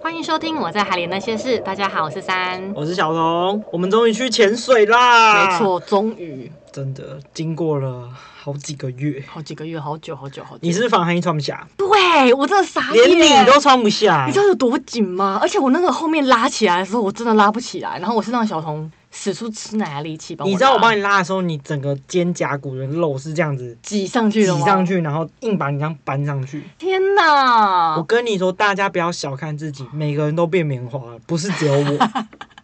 欢迎收听《我在海里那些事》。大家好，我是三。我是小童，我们终于去潜水啦！没，错，终于真的经过了好几个月。好几个月，好久好久好久。你是不是防寒衣穿不下，对我真的傻眼，连你都穿不下你，知道有多紧吗？而且我那个后面拉起来的时候，我真的拉不起来，然后我是让小童使出吃奶的力气帮我拉，你知道我帮你拉的时候，你整个肩胛骨的肉是这样子挤上去挤了吗？上，去，然后硬把你这样搬上去。天哪我！跟你说，大家不要小看自己，每个人都变棉花了，不是只有我。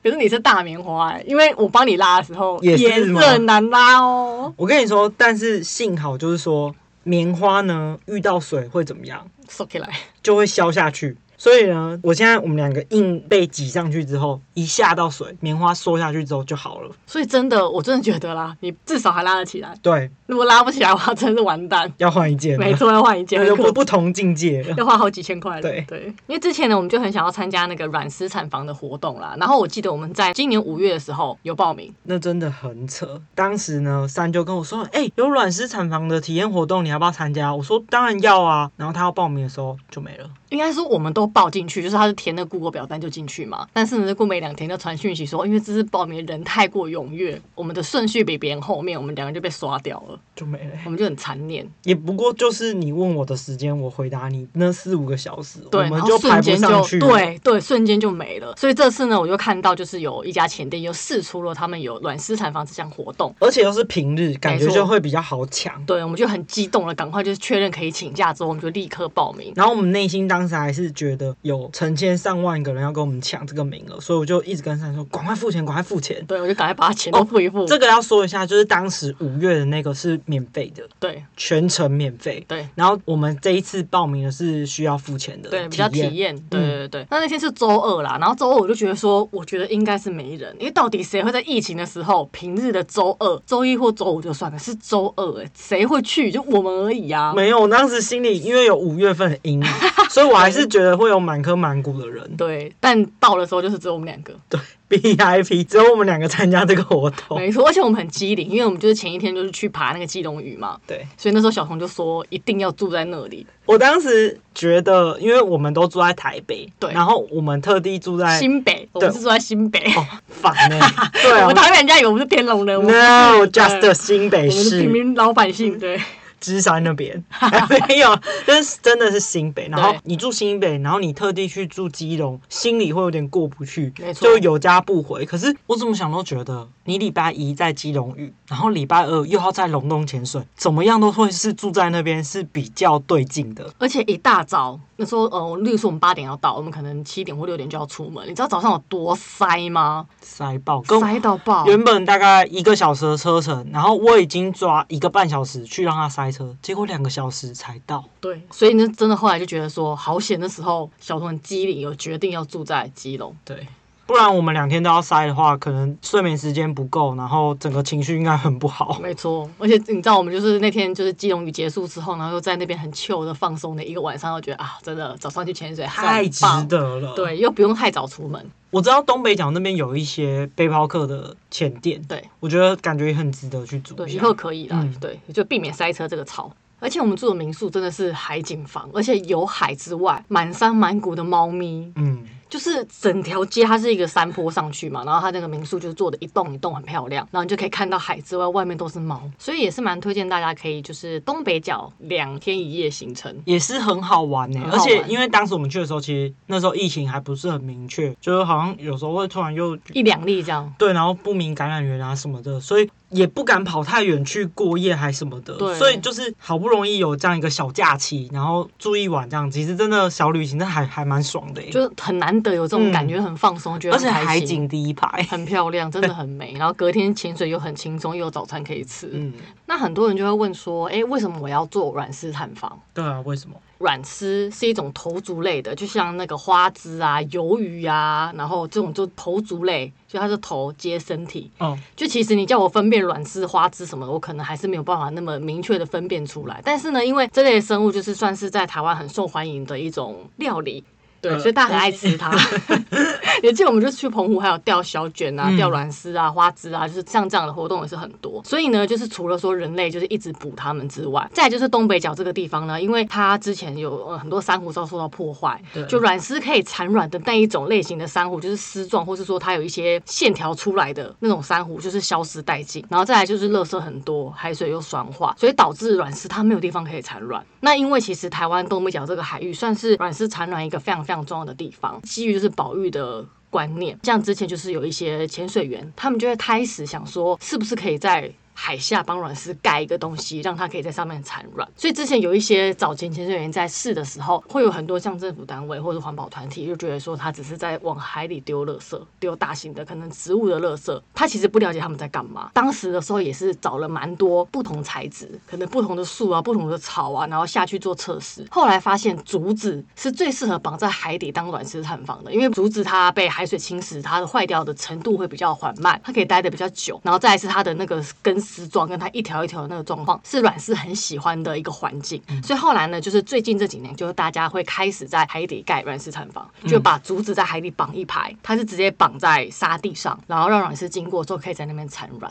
可是你是大棉花、欸，因为我帮你拉的时候也是是吗很难拉哦。我跟你说，但是幸好就是说，棉花呢遇到水会怎么样？收起来，就会消下去。所以呢，我现在我们两个硬被挤上去之后，一下到水，棉花缩下去之后就好了。所以真的，我真的觉得啦，你至少还拉得起来。对，如果拉不起来的话，真是完 蛋。要换一件了，没，错，要换一件，那很就可不不同境界 了。 要花好几千块的。对对，因为之前呢，我们就很想要参加那个软丝产房的活动啦。然后我记得我们在今年五月的时候有报名，那真的很扯。当时呢，三就跟我说：“哎、有卵丝产房的体验活动，你要不要参加？”我说：“当然要啊。”然后他要报名的时候就没了。应该说我们都报进去，就是他是填那个 Google 表单就进去嘛。但是呢，过没两天就传讯息说，因为这次报名人太过踊跃，我们的顺序比别人后面，我们两个就被刷掉了，就没了，我们就很残念。也不过就是你问我的时间，我回答你那四五个小时，我对，然们后排瞬不间上就去。，对对，瞬间就没了。所以这次呢，我就看到就是有一家前店又试出了他们有软丝产房这项活动，而且又是平日，感觉没错就会比较好抢。对，我们就很激动了，赶快就是确认可以请假之后，我们就立刻报名。然后我们内心当时还是觉得有成千上万个人要跟我们抢这个名额，所以我就一直跟珊说：“赶快付钱，赶快付钱。对，我就赶快把他钱都付一付。”哦这个要说一下，就是当时五月的那个是免费的，对全程免费。对然后我们这一次报名的是需要付钱的，对，比较体呃验。嗯验。对对对。那那天是周二啦，然后周二我就觉得说，我觉得应该是没人，因为到底谁会在疫情的时候，平日的周二、周一或周五就算了，是周二哎、谁会去？就我们而已啊。没有，我当时心里因为有五月份的 阴影，所以我还是觉得会有满坑满谷的人。对，但到的时候就是只有我们两个，对，BIP 只有我们两个参加这个活动。没错。而且我们很机灵，因为我们就是前一天就是去爬那个基隆屿嘛，对，所以那时候小童就说一定要住在那里，我当时觉得，因为我们都住在台北，对然后我们特地住在新北，我们是住在新北。哎哦，烦呢、 对欸我啊们台北人家以为我们是天龙人，我们，No 不是 just 对 the 新北我们是平市民老百姓，对。芝山那 边，没有，但是真的是新北。然后对你住新北，然后你特地去住基隆，心里会有点过不去没，错就有家不回。可是我怎么想都觉得，你礼拜一在基隆屿，然后礼拜二又要在龙洞潜水，怎么样都会是住在那边是比较对劲的。而且一大早，那时候呃，例如说我们八点要到，我们可能七点或六点就要出门，你知道早上有多塞吗？塞爆，跟塞到爆！原本大概一个小时的车程，然后我已经抓一个半小时去让他塞车，结果两个小时才到。对，所以呢，真的后来就觉得说，好险的时候，小童很机灵，有决定要住在基隆。对，不然我们两天都要塞的话，可能睡眠时间不够，然后整个情绪应该很不好。没错，而且你知道，我们就是那天就是基隆雨结束之后，然后又在那边很 chill 的放松的一个晚上，又觉得啊，真的早上去潜水太值棒，得了。，对，又不用太早出门，我知道东北角那边有一些背包客的浅店，对。我觉得感觉也很值得去住对，一以下。后可以啦，嗯对，就避免塞车这个潮。而且我们住的民宿真的是海景房，而且有海之外，满山满谷的猫咪，嗯，就是整条街它是一个山坡上去嘛，然后它那个民宿就是做的一栋一栋很漂亮，然后你就可以看到海之外，外面都是猫，所以也是蛮推荐大家可以就是东北角两天一夜行程。也是很好玩呢、欸很好而玩且因为当时我们去的时候，其实那时候疫情还不是很明确，就是好像有时候会突然又一两例这样，对，然后不明感染源啊什么的，所以也不敢跑太远去过夜还什么的对，所以就是好不容易有这样一个小假期，然后住一晚这样，其实真的小旅行，那还还蛮爽的耶，欸就是很难得有这种感觉，很放松，觉得嗯而很且开心海景第一 排，很漂亮，真的很美。然后隔天潜水又很轻松，又有早餐可以 吃。嗯，那很多人就会问说，哎、为什么我要做软丝产房？对啊，为什么？软丝是一种头足类的，就像那个花枝啊、鱿鱼啊，然后这种就头足类，就它是头接身体。哦，就其实你叫我分辨软丝、花枝什么的，我可能还是没有办法那么明确的分辨出来。但是呢，因为这类生物就是算是在台湾很受欢迎的一种料理。对，所以大家很爱吃它。 也记得我们就去澎湖，还有钓小卷啊、嗯钓卵丝啊、花枝啊，就是像这样的活动也是很多。所以呢，就是除了说人类就是一直捕它们之外，再来就是东北角这个地方呢，因为它之前有、呃、很多珊瑚遭受到破坏对，就卵丝可以产卵的那一种类型的珊瑚，就是丝状，或是说它有一些线条出来的那种珊瑚，就是消失殆尽。然后再来就是垃圾很多，海水又酸化，所以导致卵丝它没有地方可以产卵。那因为其实台湾东北角这个海域算是卵丝产卵一个非常非常重要的地方，基于就是保育的。观念，像之前就是有一些潜水员，他们就会开始想说，是不是可以在海下帮卵丝盖一个东西，让它可以在上面产卵。所以之前有一些早前潜水员在试的时候，会有很多像政府单位或者环保团体就觉得说，他只是在往海里丢垃圾，丢大型的可能植物的垃圾，他其实不了解他们在干嘛。当时的时候也是找了蛮多不同材质，可能不同的树啊、不同的草啊，然后下去做测试。后来发现竹子是最适合绑在海底当卵丝产房的，因为竹子它被海水侵蚀，它的坏掉的程度会比较缓慢，它可以待的比较久。然后再来是它的那个根丝状，跟它一条一条的那个状况，是卵丝很喜欢的一个环境。所以后来呢，就是最近这几年，就是大家会开始在海底盖卵丝产房，就把竹子在海底绑一排，它是直接绑在沙地上，然后让卵丝经过之后可以在那边产卵。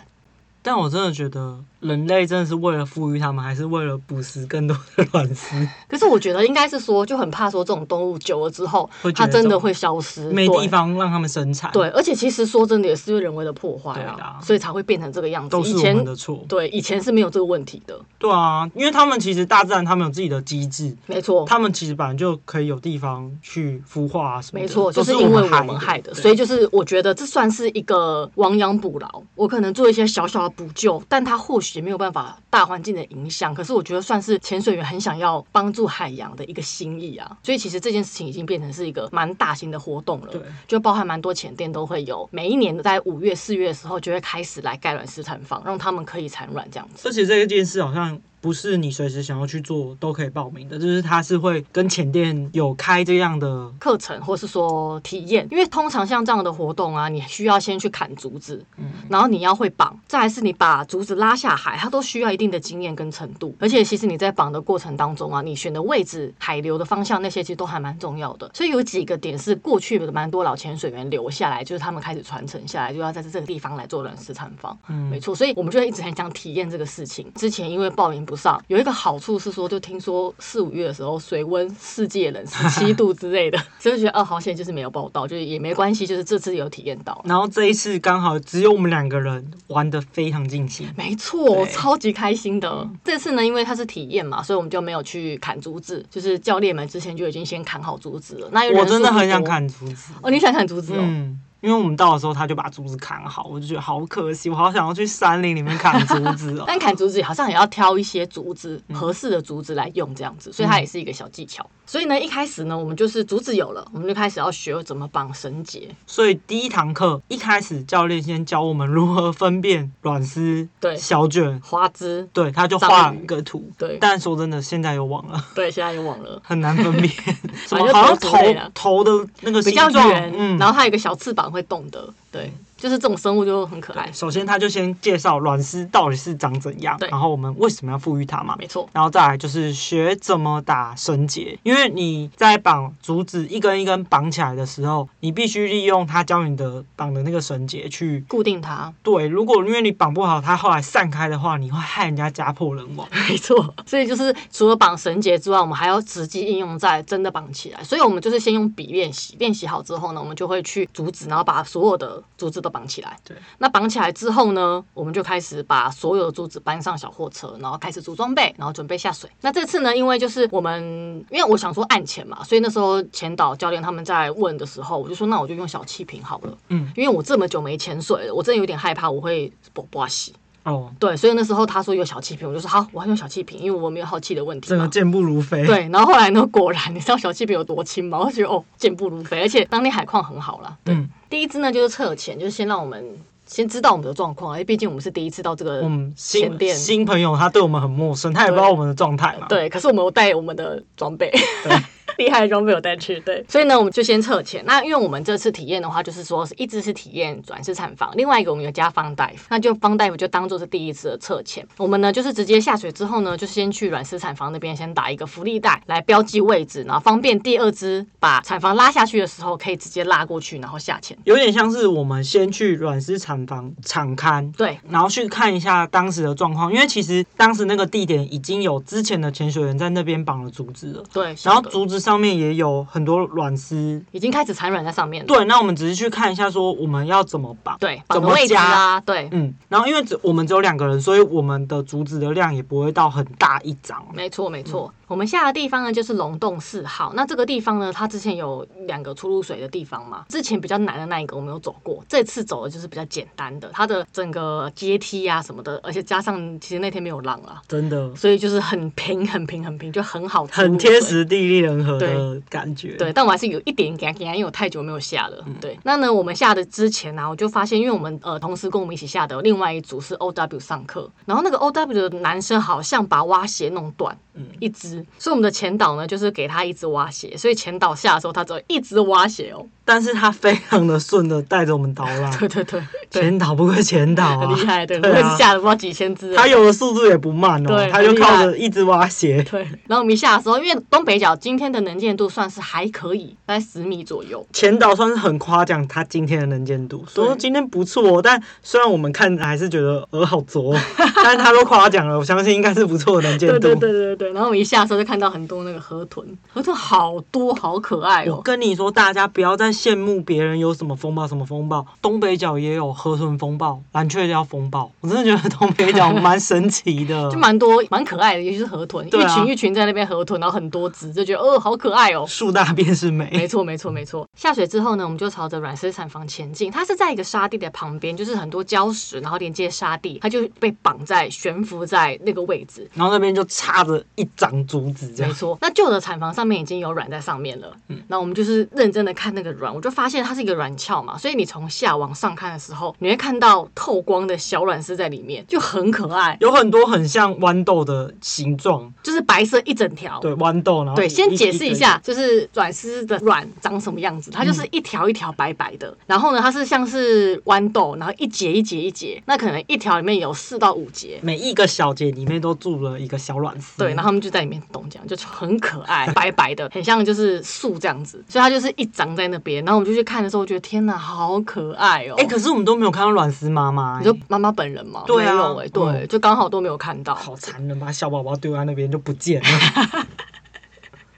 但我真的觉得，人类真的是为了富裕他们，还是为了捕食更多的卵 丝？可是我觉得应该是说，就很怕说这种动物久了之后会，觉它得真的动会消失，没对地方让他们生产，，对，而且其实说真的，也是因为人为的破坏对啊啦，所以才会变成这个样子。都以是我前们的错。对，以前是没有这个问题的，对啊，因为他们其实大自然他们有自己的机制，没错，他们其实本来就可以有地方去孵化啊什么的。没错，就都是是因为我们们害的，对所以就是我觉得这算是一个亡羊补牢。我可能做一些小小的补救，但它或许没有办法大环境的影响，可是我觉得算是潜水员很想要帮助海洋的一个心意啊。所以其实这件事情已经变成是一个蛮大型的活动了对，就包含蛮多潜店都会有，每一年在五月、四月的时候就会开始来盖卵试产房，让他们可以产卵这样子。而且这件事好像不是你随时想要去做都可以报名的，就是它是会跟前店有开这样的，课程或是说体验，因为通常像这样的活动啊，你需要先去砍竹子，然后你要会绑，再来是你把竹子拉下海，它都需要一定的经验跟程度。而且其实你在绑的过程当中啊，你选的位置、海流的方向那些其实都还蛮重要的。所以有几个点是过去有蛮多老潜水员留下来，就是他们开始传承下来，就要在这个地方来做人事产房。嗯没错，所以我们就一直很想体验这个事情。之前因为报名不上，有一个好处是说，就听说四五月的时候水温世界冷十七度之类的， 所以就觉得哦，好险就是没有报到，就是也没关系，就是这次有体验到了。然后这一次刚好只有我们两个人玩的非常尽兴，没错，对嗯超级开心的。这次呢，因为它是体验嘛，所以我们就没有去砍竹子，就是教练们之前就已经先砍好竹子了。那有人我真的数不很想多砍竹子，哦，你想砍竹子哦？嗯。因为我们到的时候，他就把竹子砍好，我就觉得好可惜，我好想要去山林里面砍竹子 哦。但砍竹子好像也要挑一些竹子合适的竹子来用，这样子，所以它也是一个小技巧。所以呢，一开始呢，我们就是竹子有了，我们就开始要学怎么绑绳结。所以第一堂课一开始，教练先教我们如何分辨软丝、对小卷，花枝，对，他就章画鱼一个图。对但说真的，现在有网了。对，现在有网了。很难分 辨，什反正么好像头之类的头头的那个比形较状，圆，嗯嗯，然后它有一个小翅膀会动的，对，就是这种生物就很可爱对，，首先他就先介绍卵丝到底是长怎样对，然后我们为什么要赋予它嘛，没错。然后再来就是学怎么打绳结，因为你在绑竹子一根一根绑起来的时候，你必须利用他教你的绑的那个绳结去固定它，对。如果因为你绑不好，它后来散开的话，你会害人家家破人亡。 没错。所以就是除了绑绳结之外，我们还要实际应用在真的绑起来。所以我们就是先用笔练习，练习好之后呢，我们就会去竹子，然后把所有的竹子都绑起来。对，那绑起来之后呢，我们就开始把所有的珠子搬上小货车，然后开始组装备，然后准备下水。那这次呢，因为就是我们，因为我想说岸潜嘛，所以那时候前导教练他们在问的时候，我就说那我就用小气瓶好了，嗯，因为我这么久没潜水了，我真的有点害怕我会不不洗。哦，对，所以那时候他说有小气瓶，我就说好，我要用小气瓶，因为我没有好气的问题整嘛个。健步如飞。，哦对，然后后来呢，果然你知道小气瓶有多轻吗？我就觉得哦，健步如飞，而且当天海况很好啦。对，嗯第一支呢就是测前，就是先让我们先知道我们的状况，因为毕竟我们是第一次到这个我们前嗯新店。新朋友他对我们很陌生，他也不知道我们的状态嘛。对，可是我们有带我们的装备， 厉害，装备有带去，对。所以呢，我们就先撤钱。那因为我们这次体验的话，就是说是一只是体验转式产房，另外一个我们有加方大夫，那就方大夫就当做是第一次的撤钱。我们呢就是直接下水之后呢，就先去软式产房那边先打一个浮力带来标记位置，然后方便第二只把产房拉下去的时候可以直接拉过去，然后下潜。有点像是我们先去软丝产房产勘，对，然后去看一下当时的状况，因为其实当时那个地点已经有之前的潜水员在那边绑了竹子了，对，是然后的啊竹子上面也有很多软丝。已经开始产卵在上面了。对，那我们只是去看一下，说我们要怎么绑，对，绑怎个么位置加，啊，对，嗯，然后因为只我们只有两个人，所以我们的竹子的量也不会到很大一张。没错，没错。我们下的地方呢，就是龙洞四号。那这个地方呢，它之前有两个出入水的地方嘛。之前比较难的那一个我们有走过，这次走的就是比较简单的。它的整个阶梯啊什么的，而且加上其实那天没有浪啊，真的所以就是很平、很平、很平，就很好出入水，很天时地利人和的感觉。对，，但我还是有一点给给，因为我太久没有下嗯了。对，那呢，我们下的之前呢、啊，我就发现，因为我们呃同时跟我们一起下的另外一组是 O W 上课，然后那个 O W 的男生好像把蛙鞋弄断，嗯一只，所以我们的前导呢就是给他一只蛙鞋，所以前导下的时候他只有一只蛙鞋哦。 但是他非常的顺的带着我们导览，对对对， 对，前导不愧前导很啊，厉害，对，对我啊也是下了不知道几千只。他有的速度也不慢哦对，他就很厉靠害着一只蛙鞋，对，然后我们一下的时候，因为东北角今天的能见度算是还可以，大概十米左右。前导算是很夸奖他今天的能见度，说今天不错哦，但虽然我们看还是觉得呃好 浊哦，但是他都夸奖了，我相信应该是不错的能见对对度。对对对，然后我们一下车就看到很多那个河豚，河豚好多，好可爱我哦。跟你说，大家不要再羡慕别人有什么风暴什么风暴，东北角也有河豚风暴、蓝雀礁风暴，我真的觉得东北角蛮神奇 的就。蛮多蛮可爱的，尤其是河豚，啊对一啊群一群在那边河豚，然后很多只，就觉得哦，好可 爱哦。树大便是没美，错，没错，没错。下水之后呢，我们就朝着软丝产房前进。它是在一个沙地的旁边，就是很多礁石，然后连接沙地，它就被绑在悬浮在那个位置。然后那边就插着一张竹子这没样。错，啊那旧的产房上面已经有卵在上面了。嗯，那我们就是认真的看那个卵，我就发现它是一个卵鞘嘛，所以你从下往上看的时候，你会看到透光的小卵丝在里面，就很可爱，有很多很像豌豆的形状，就是白色一整条。对，豌豆，然后对，先解释一个下，就是软丝的卵长什么样子，它就是一条一条白白的，然后呢，它是像是豌豆，然后一节一节一节，那可能一条里面有四到五节。每一个小节里面都住了一个小卵丝，对，然后他们就在里面动，这样就很可爱，白白的，很像就是树这样子，所以它就是一长在那边。然后我们就去看的时候，我觉得天哪，好可爱哦！哎、可是我们都没有看到卵丝妈妈、你欸说，妈妈本人吗？对啊没有哎、对，嗯就刚好都没有看到，哎好残忍，把小宝宝丢在那边就不见 了。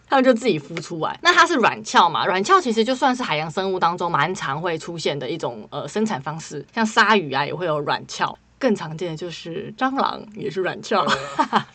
他们就自己孵出来。那它是软壳嘛？软壳其实就算是海洋生物当中蛮常会出现的一种呃生产方式，像鲨鱼啊也会有软壳。更常见的就是蟑螂，也是软壳。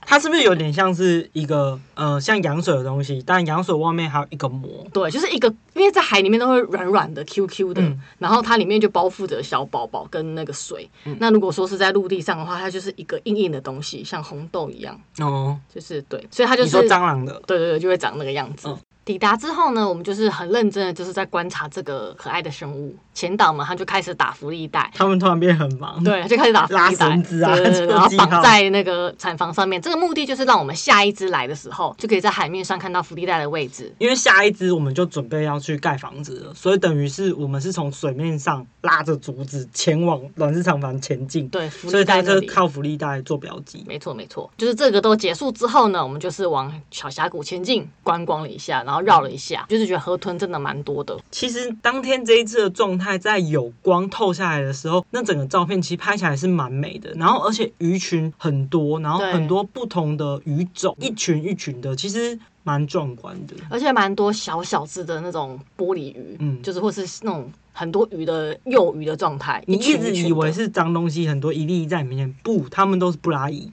它是不是有点像是一个呃像羊水的东西，但羊水外面还有一个膜？对，就是一个，因为在海里面都会软软的、Q Q 的，嗯然后它里面就包覆着小宝宝跟那个水。嗯那如果说是在陆地上的话，它就是一个硬硬的东西，像红豆一样，哦，就是对，所以它就你说是蟑螂的，对对对，就会长那个样子。嗯抵达之后呢，我们就是很认真的，就是在观察这个可爱的生物。前导嘛，他就开始打浮力带，他们突然变很忙。，对，他就开始打浮嗯拉力带绳子啊对对对，做然后记号绑在那个产房上面。这个目的就是让我们下一只来的时候，就可以在海面上看到浮力带的位置。因为下一只我们就准备要去盖房子了，所以等于是我们是从水面上拉着竹子前往卵子厂房前进。对，浮所以力它带那就里。靠浮力带做标记。没错，没错，就是这个都结束之后呢，我们就是往小峡谷前进，观光了一下，然后绕了一下，就是觉得河豚真的蛮多的，其实当天这一次的状态，在有光透下来的时候，那整个照片其实拍起来是蛮美的。然后而且鱼群很多，然后对很多不同的鱼种，一群一群的，其实蛮壮观的。而且蛮多小小只的那种玻璃鱼，嗯就是或是那种很多鱼的幼鱼的状态。你一群直群以为的是脏东西，很多一粒一粒在你面前，不，它们都是布拉蚁。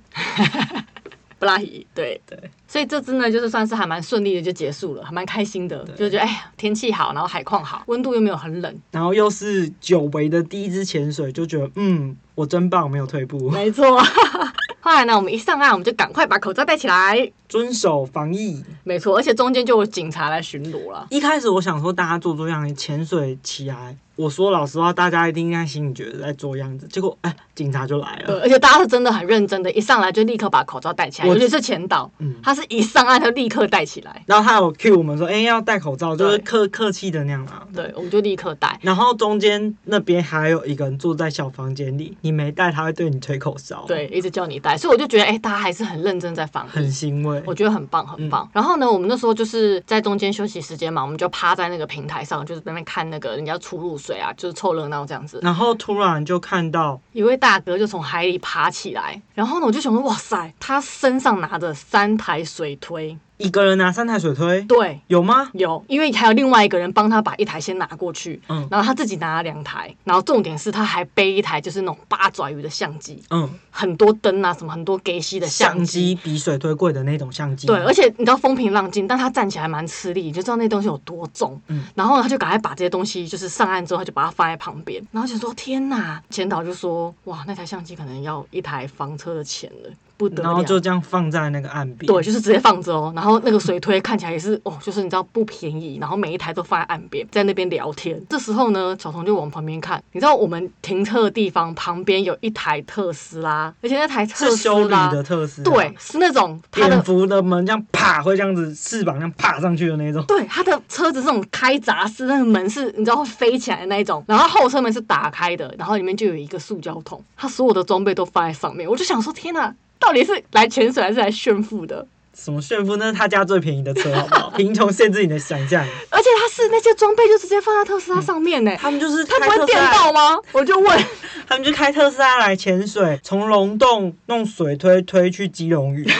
布拉鱼，对对。所以这支呢，就是算是还蛮顺利的就结束了，还蛮开心的，就觉得哎呀，天气好，然后海况好，温度又没有很冷，然后又是久违的第一支潜水，就觉得嗯，我真棒， 没有退步，没错。 后来呢，我们一上岸，我们就赶快把口罩戴起来，遵守防疫。没错，而且中间就有警察来巡逻了。一开始我想说，大家做做样，潜水起来我说老实话，大家一定在心里觉得在做样子，结果哎，警察就来对，了。而且大家是真的很认真的，一上来就立刻把口罩戴起来，我尤其是前导，嗯他是一上岸就立刻戴起来，然后他有 cue 我们说，哎，要戴口罩，就是对客客气的那样啊。对，我们就立刻戴。然后中间那边还有一个人坐在小房间里，你没戴，他会对你吹口哨，，对，一直叫你戴，所以我就觉得，哎、大家还是很认真在防疫哦很，嗯欣慰。我觉得很棒，很棒。然后呢，我们那时候就是在中间休息时间嘛，我们就趴在那个平台上，就是在那边看那个人家出入水啊，就是凑热闹这样子。然后突然就看到有一位大哥就从海里爬起来，然后呢，我就想说，哇塞，他身上拿着三台水推，一个人拿三台水推，对。有吗？有，因为还有另外一个人帮他把一台先拿过去，嗯然后他自己拿了两台，然后重点是他还背一台就是那种八爪鱼的相机，嗯，很多灯啊，什么很多给息的相相机比水推贵的那种相机，对，而且你知道风平浪静，但他站起来蛮吃力，你就知道那东西有多重。嗯然后呢他就赶快把这些东西，就是上岸之后，他就把它放在旁边，然后就说：“天哪！”前导就说：“哇，那台相机可能要一台房车的钱了，不得了。”然后就这样放在那个岸边，对，就是直接放着哦。然后那个水推看起来也是哦，就是你知道不便宜，然后每一台都放在岸边，在那边聊天。这时候呢，小童就往旁边看，你知道我们停车的地方旁边有一台特斯拉，而且那台特是斯修理拉，的特斯拉，对，，是那种它的蝙蝠的门这样啪会这样子翅膀这样啪上去的那种，对，它的车子这种开闸式，那个门是你知道会飞起来的那一种，然后后车门是打开的，然后里面就有一个塑胶桶，它所有的装备都放在上面，我就想说，天哪，到底是来潜水还是来炫富的？什么炫富？那是他家最便宜的车，好不好？贫穷限制你的想象，而且它是那些装备就直接放在特斯拉上面呢、他们就是它开不会特斯电拉，到吗？我就问，他们就开特斯拉来潜水，从龙洞弄水推推去基 隆屿，就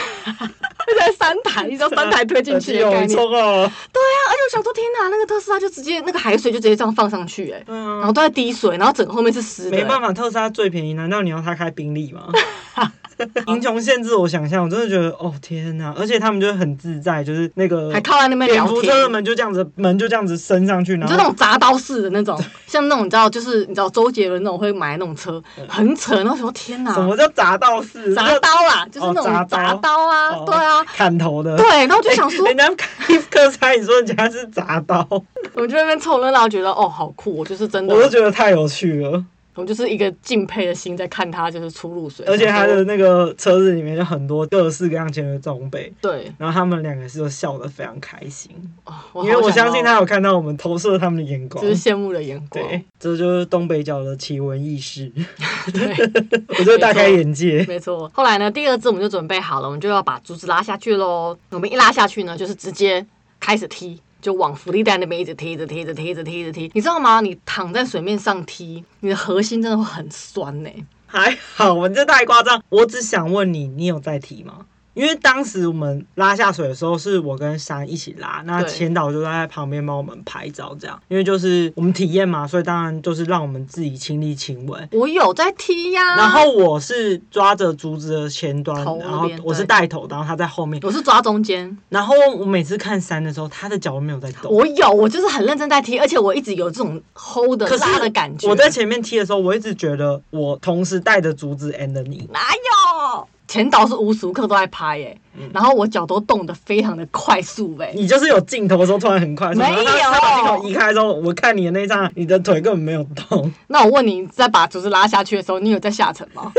在三台，你知道三台推进去基的概隆念。对冲 啊，哦，而且我想说，天哪，那个特斯拉就直接那个海水就直接这样放上去、哎，对然啊后，都在滴水，然后整个后面是湿的、没办法，法，特斯拉最便宜，难道你要他开宾利吗？ 贫穷限制我想象，我真的觉得哦天哪！而且他们就是很自在，就是那个还靠在那边蝙聊蝠天。车的门就这样子，门就这样子升上去，你然就那后种铡刀式的那种，像那种你知道，就是你知道周杰伦那种会买那种车，很扯。然后什么天哪，嗯什么叫砸到式？铡刀啦，就是那种铡刀铡刀啊，哦对啊，砍头的。哎对。然后我就想说，人家开特斯拉，你说人家是砸刀，我就在那边凑热闹，觉得哦好酷，我就是真的我，就觉得太有趣了。我就是一个敬佩的心在看他就是出入水，而且想他的说那个车子里面有很多各式各样前的装备，对，然后他们两个是就笑得非常开心，哦因为我相信他他有看到我们投射他们的眼光就。是羡慕的眼光，对，这就是东北角的奇闻异 事， 对。我觉得大开眼界。没错。后来呢，第二支我们就准备好了，我们就要把竹子拉下去喽。我们一拉下去呢，就是直接开始踢。就往浮力带那边一直踢，一直踢，一直踢，一直踢，一直踢，你知道吗？你躺在水面上踢，你的核心真的会很酸呢、还好，我这太夸张。我只想问你，你有在提吗？因为当时我们拉下水的时候，是我跟山一起拉，那对前导就在旁边帮我们拍照，这样。因为就是我们体验嘛，所以当然就是让我们自己亲力亲为。我有在踢呀、然后我是抓着竹子的前端，头那然后边我是对带头，然后他在后面。我是抓中间，然后我每次看山的时候，他的脚都没有在动。我有，我就是很认真在踢，而且我一直有这种 hold 的可拉是的感觉。我在前面踢的时候，我一直觉得我同时带着竹子 and 你，哪有？前导是无时无刻都在拍耶、然后我脚都动得非常的快速呗、嗯你就是有镜头的时候突然很快速，没然后他有他把镜头移开的时候，我看你的那一刹，你的腿根本没有动。 那我问你，在把竹子拉下去的时候，你有在下沉吗？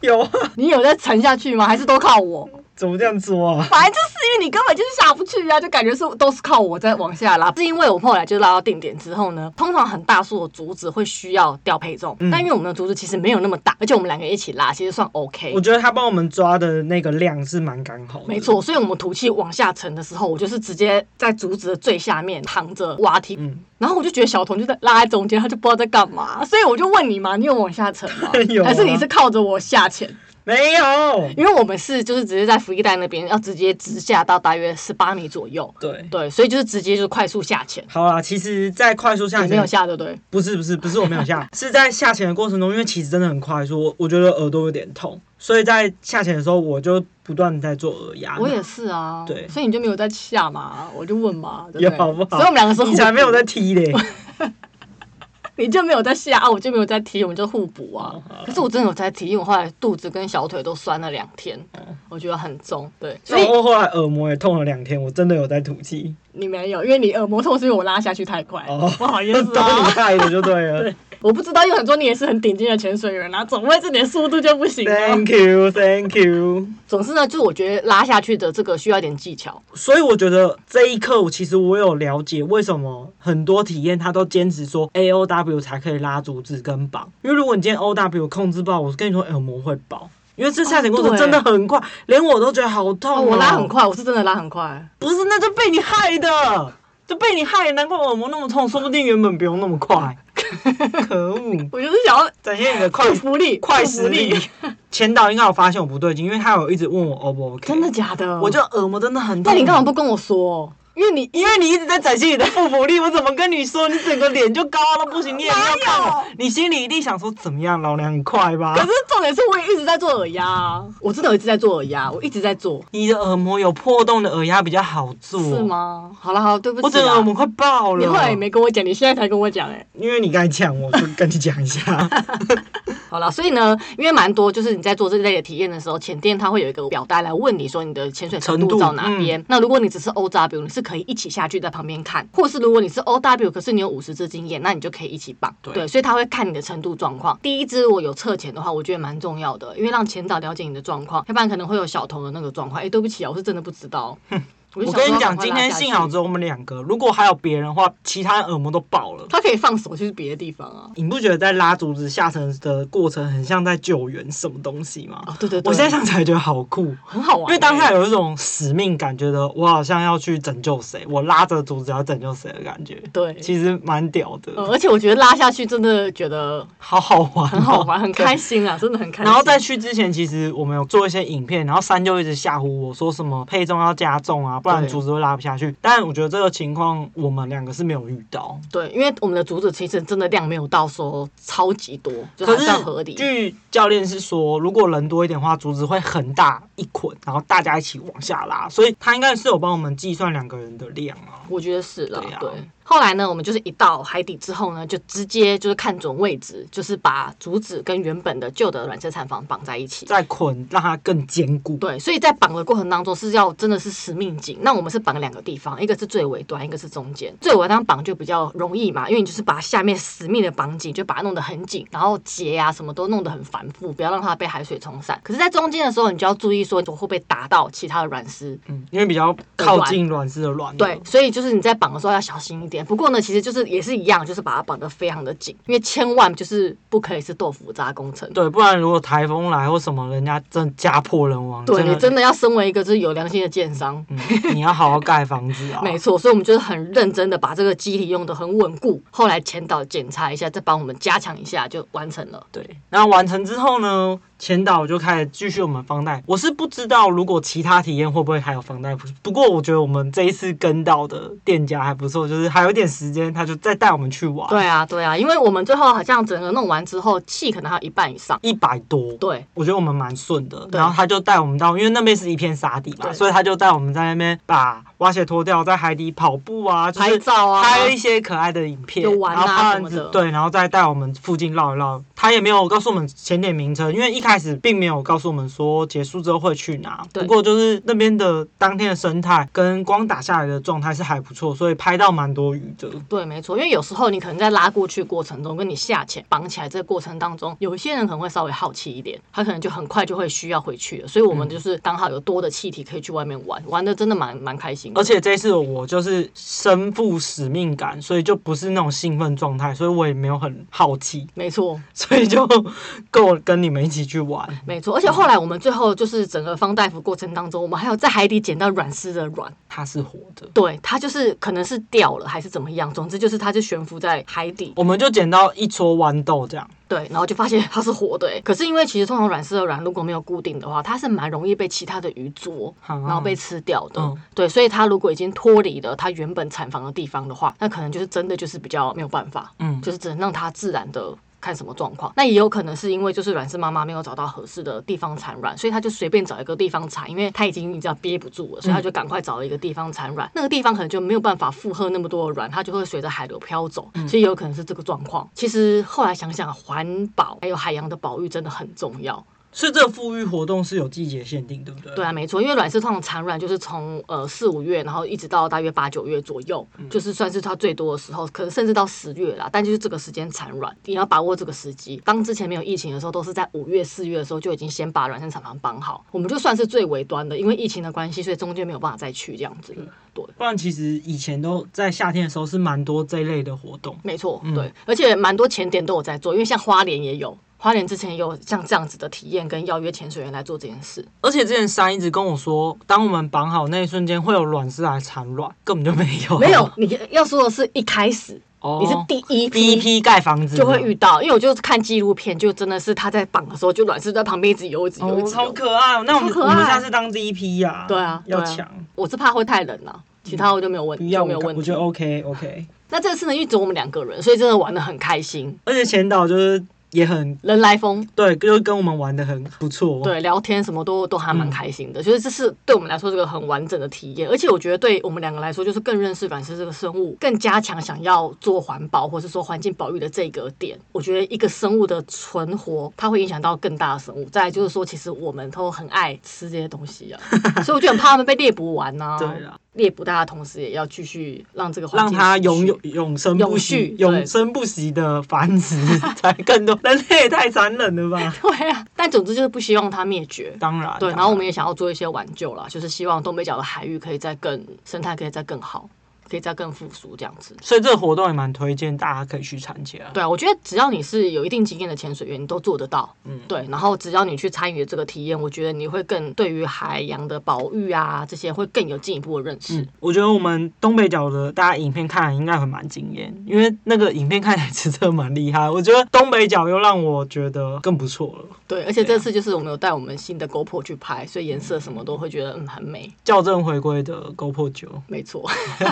有啊，你有在沉下去吗？还是都靠我？怎么这样说啊？反正就是因为你根本就是下不去啊，就感觉是都是靠我在往下拉。是因为我们后来就拉到定点之后呢，通常很大束的竹子会需要调配重，嗯但因为我们的竹子其实没有那么大，而且我们两个一起拉，其实算 OK 我。觉得他帮我们抓的那个量是蛮刚好的，没。错，所以我们吐气往下沉的时候，我就是直接在竹子的最下面躺着蛙踢，嗯？然后我就觉得小童就在拉在中间，他就不知道在干嘛，所以我就问你嘛，你有往下沉吗 有啊还是你是靠着我下潜？没有，因为我们是就是直接在福利带那边要直接直下到大约十八米左右，对。对，所以就是直接就是快速下潜，好啦，其实，在快速下你没潜有，下对不对？不是不是不是我没有下， 是在下潜的过程中，因为其实真的很快速，我我觉得耳朵有点痛，所以在下潜的时候，我就不断的在做耳压。我也是啊，对所以你就没有在下嘛，我就问嘛，对 有不对？好不好？所以我们两个是互你才没有在踢嘞，你就没有在下啊，我就没有在踢，我们就互补啊哦好。可是我真的有在踢，因为我后来肚子跟小腿都酸了两天，嗯我觉得很重。对，所然以后后来耳膜也痛了两天，我真的有在吐气。你没有，因为你耳膜痛是因为我拉下去太快，哦不好意 都思你啊。害的就 对了。我不知道，因为很多你也是很顶尖的潜水员啊，总会是你的速度就不行啊。 Thank you, Thank you。总之呢，就是我觉得拉下去的这个需要一点技巧。所以我觉得这一刻，我其实我有了解为什么很多体验他都坚持说 A O W 才可以拉竹子跟绑，因为如果你今天 O W 控制爆，我跟你说耳膜会爆。因为这下潜过哦程对真的很快，连我都觉得好痛、啊哦，我拉很，快，我是真的拉很快。不是，那就被你害的，就被你害，难怪我耳膜那么痛，说不定原本不用那么 快。可恶！我就是想要展现你的快有福利， 快有实福力。 前导应该有发现我不对劲，因为他有一直问我 O 不 OK，真的假的？我就嗯耳膜真的很痛。那你干嘛不跟我说？因为你因为你一直在展现你的腹膜力，我怎么跟你说？你整个脸就高到不行，你也没有看我，你心里一定想说怎么样，老娘很快吧可？是重点是我也一直在做耳压啊，我真的有一直在做耳压，我一直在做，你的耳膜有破洞的耳压比较好做，是？吗？好了好了，对不哦我起整个啊耳，膜快爆了。你后来也没跟我讲，你现在才跟我讲哎、因为你刚才讲，我就跟你讲一下。好了，所以呢，因为蛮多，就是你在做这类的体验的时候，潜店它会有一个表单来问你说你的潜水程程度度嗯到哪边。那如果你只是 O W，你是可以一起下去在旁边看，或是如果你是 O W，可是你有五十支经验，那你就可以一起绑。对所以他会看你的程度状况。第一支我有测潜的话，我觉得蛮重要的，因为让潜导了解你的状况，要不然可能会有小童的那个状况。哎、对不起啊，我是真的不知道。我就我想说跟你赶讲，快今拉天下幸好去只有我们两个，如果还有别人的话，其他耳膜都爆了。他可以放手去别的地方啊。你不觉得在拉竹子下沉的过程很像在救援什么东西吗？哦，对对对，我现在想起来觉得好酷。很好玩、欸因为当下有一种使命感，觉得我好像要去拯救谁，我拉着竹子要拯救谁的感觉，对。其实蛮屌的，呃而且我觉得拉下去真的觉得好好玩、哦很好。玩，很开心啊，真的很开心。然后在去之前，其实我们有做一些影片，然后三就一直吓唬我说什么配重要加重啊，不然对竹子会拉不下去。但我觉得这个情况我们两个是没有遇到，对，因为我们的竹子其实真的量没有到说超级多，就可还是算啊合理。据教练是说，如果人多一点的话，竹子会很大一捆，然后大家一起往下拉，所以他应该是有帮我们计算两个人的量啊。我觉得是啦，对啊对。后来呢，我们就是一到海底之后呢，就直接就是看准位置，就是把竹子跟原本的旧的软式产房绑在一起。再捆让它更坚固，对，所以在绑的过程当中是要真的是使命紧。那我们是绑两个地方，一个是最尾端，一个是中间。最尾端绑就比较容易嘛，因为你就是把下面死命的绑紧，就把它弄得很紧，然后结啊什么都弄得很繁复，不要让它被海水冲散。可是，在中间的时候，你就要注意说，我会不会打到其他的软丝。嗯，因为比较靠近卵丝的卵。对，，所以就是你在绑的时候要小心一点。不过呢，其实就是也是一样，就是把它绑得非常的紧，因为千万就是不可以是豆腐渣工程。对，不然如果台风来或什么，人家真家破人亡。对你真的的，要身为一个就是有良心的建商，嗯你要好好盖房子啊 。没错，所以我们就是很认真的把这个机体用的很稳固。后来前导检查一下，再帮我们加强一下，就完成了。对，然后完成之后呢，前导就开始继续我们放贷。我是不知道如果其他体验会不会还有放贷，不过我觉得我们这一次跟到的店家还不错，就是还有一点时间，他就再带我们去玩。，对啊，对啊，因为我们最后好像整个弄完之后，气可能还有一半以上。一百多。对，我觉得我们蛮顺的，对然后他就带我们到，因为那边是一片沙地嘛，对所以他就带我们在那边把蛙鞋脱掉，在海底跑步啊，就拍是照啊，拍了一些可爱的影片，有玩啊然后拍什么完的对，然后再带我们附近绕一绕。他也没有告诉我们前点名称，因为一开始并没有告诉我们说结束之后会去哪。对不过就是那边的当天的生态跟光打下来的状态是还不错，所以拍到蛮多鱼的。对，没错，因为有时候你可能在拉过去过程中，跟你下潜绑起来这个过程当中，有一些人可能会稍微好奇一点，他可能就很快就会需要回去了。所以我们嗯就是刚好有多的气体可以去外面玩，玩的真的蛮蛮开心的。而且这次我就是身负使命感，所以就不是那种兴奋状态，所以我也没有很好奇， 没错，所以就够跟你们一起去玩。没错，而且后来我们最后就是整个方大夫过程当中，我们还有在海底捡到软丝的卵，它是活的。对，它就是可能是掉了还是怎么样，总之就是它就悬浮在海底，我们就捡到一撮豌豆这样，对，然后就发现它是活的、欸。可是因为其实通常软丝的卵如果没有固定的话，它是蛮容易被其他的鱼啄，然然后被吃掉的。嗯对，所以它如果已经脱离了它原本产房的地方的话，那可能就是真的就是比较没有办法，嗯就是只能让它自然的看什么状况。那也有可能是因为就是阮氏妈妈没有找到合适的地方产卵，所以她就随便找一个地方产，因为她已经你知道憋不住了，所以她就赶快找了一个地方产卵。那个地方可能就没有办法负荷那么多的卵，它就会随着海流飘走，所以有可能是这个状况。其实后来想想，环保还有海洋的保育真的很重要。所以这个富裕活动是有季节限定，对不对？对啊，没错，因为卵是通常产卵就是从呃四五月，然后一直到大约八九月左右，嗯就是算是它最多的时候，可能甚至到十月啦。但就是这个时间产卵，你要把握这个时机。当之前没有疫情的时候，都是在五月、四月的时候就已经先把卵生产房绑好，我们就算是最尾端的，因为疫情的关系，所以中间没有办法再去这样子。对，不然其实以前都在夏天的时候是蛮多这一类的活动。没错，对，而且蛮多前点都有在做，因为像花莲也有。花莲之前也有像这样子的体验，跟邀约潜水员来做这件事。而且之前山一直跟我说，当我们绑好那一瞬间会有卵丝来产卵，根本就没有，没有，，你要说的是一开始，哦你是第一第一批。批盖房子的就会遇到，因为我就是看纪录片，就真的是他在绑的时候，就卵丝在旁边一直游，一直游，一哦，直超游。可爱哦。那我们超可我爱们下次当第一批呀，对啊要对啊抢，我是怕会太冷了，其他我就没有问，嗯不就要没有我问我题觉得。OK OK。那这次呢，因为只有我们两个人，所以真的玩的很开心，而且前导就是也很人来疯，对，就是跟我们玩的很不错。，对，聊天什么都都还蛮嗯开心的，就是这是对我们来说是个很完整的体验，而且我觉得对我们两个来说，就是更认识软丝这个生物，更加强想要做环保或是说环境保育的这个点。我觉得一个生物的存活，它会影响到更大的生物。再来就是说，其实我们都很爱吃这些东西 啊，所以我就很怕它们被猎捕完呐、对啊啦，猎捕大家同时也要继续让这个环让境它持续永永永生不息永续、对永生不息的繁殖才更 多。人类也太残忍了吧！ 对啊，但总之就是不希望它灭绝。 当然，对，当然后我们也想要做一些挽救啦，就是希望东北角的海域可以再更生态，可以再更好，可以再更复苏这样子。所以这个活动也蛮推荐大家可以去参加。对啊，我觉得只要你是有一定经验的潜水员，你都做得到。嗯，对。然后只要你去参与这个体验，我觉得你会更对于海洋的保育啊这些会更有进一步的认识。嗯，我觉得我们东北角的大家影片看了应该会蛮惊艳，因为那个影片看起来真的蛮厉害。我觉得东北角又让我觉得更不错了。对，啊而且这次就是我们有带我们新的 GoPro 去拍，所以颜色什么都会觉得嗯很美。校正回归的 GoPro 九，没错，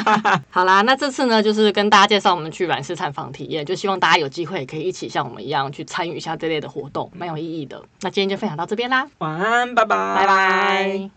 好啦，那这次呢，就是跟大家介绍我们去软式探访体验，就希望大家有机会也可以一起像我们一样去参与一下这类的活动，蛮有意义的。那今天就分享到这边啦，晚安，拜拜，拜拜。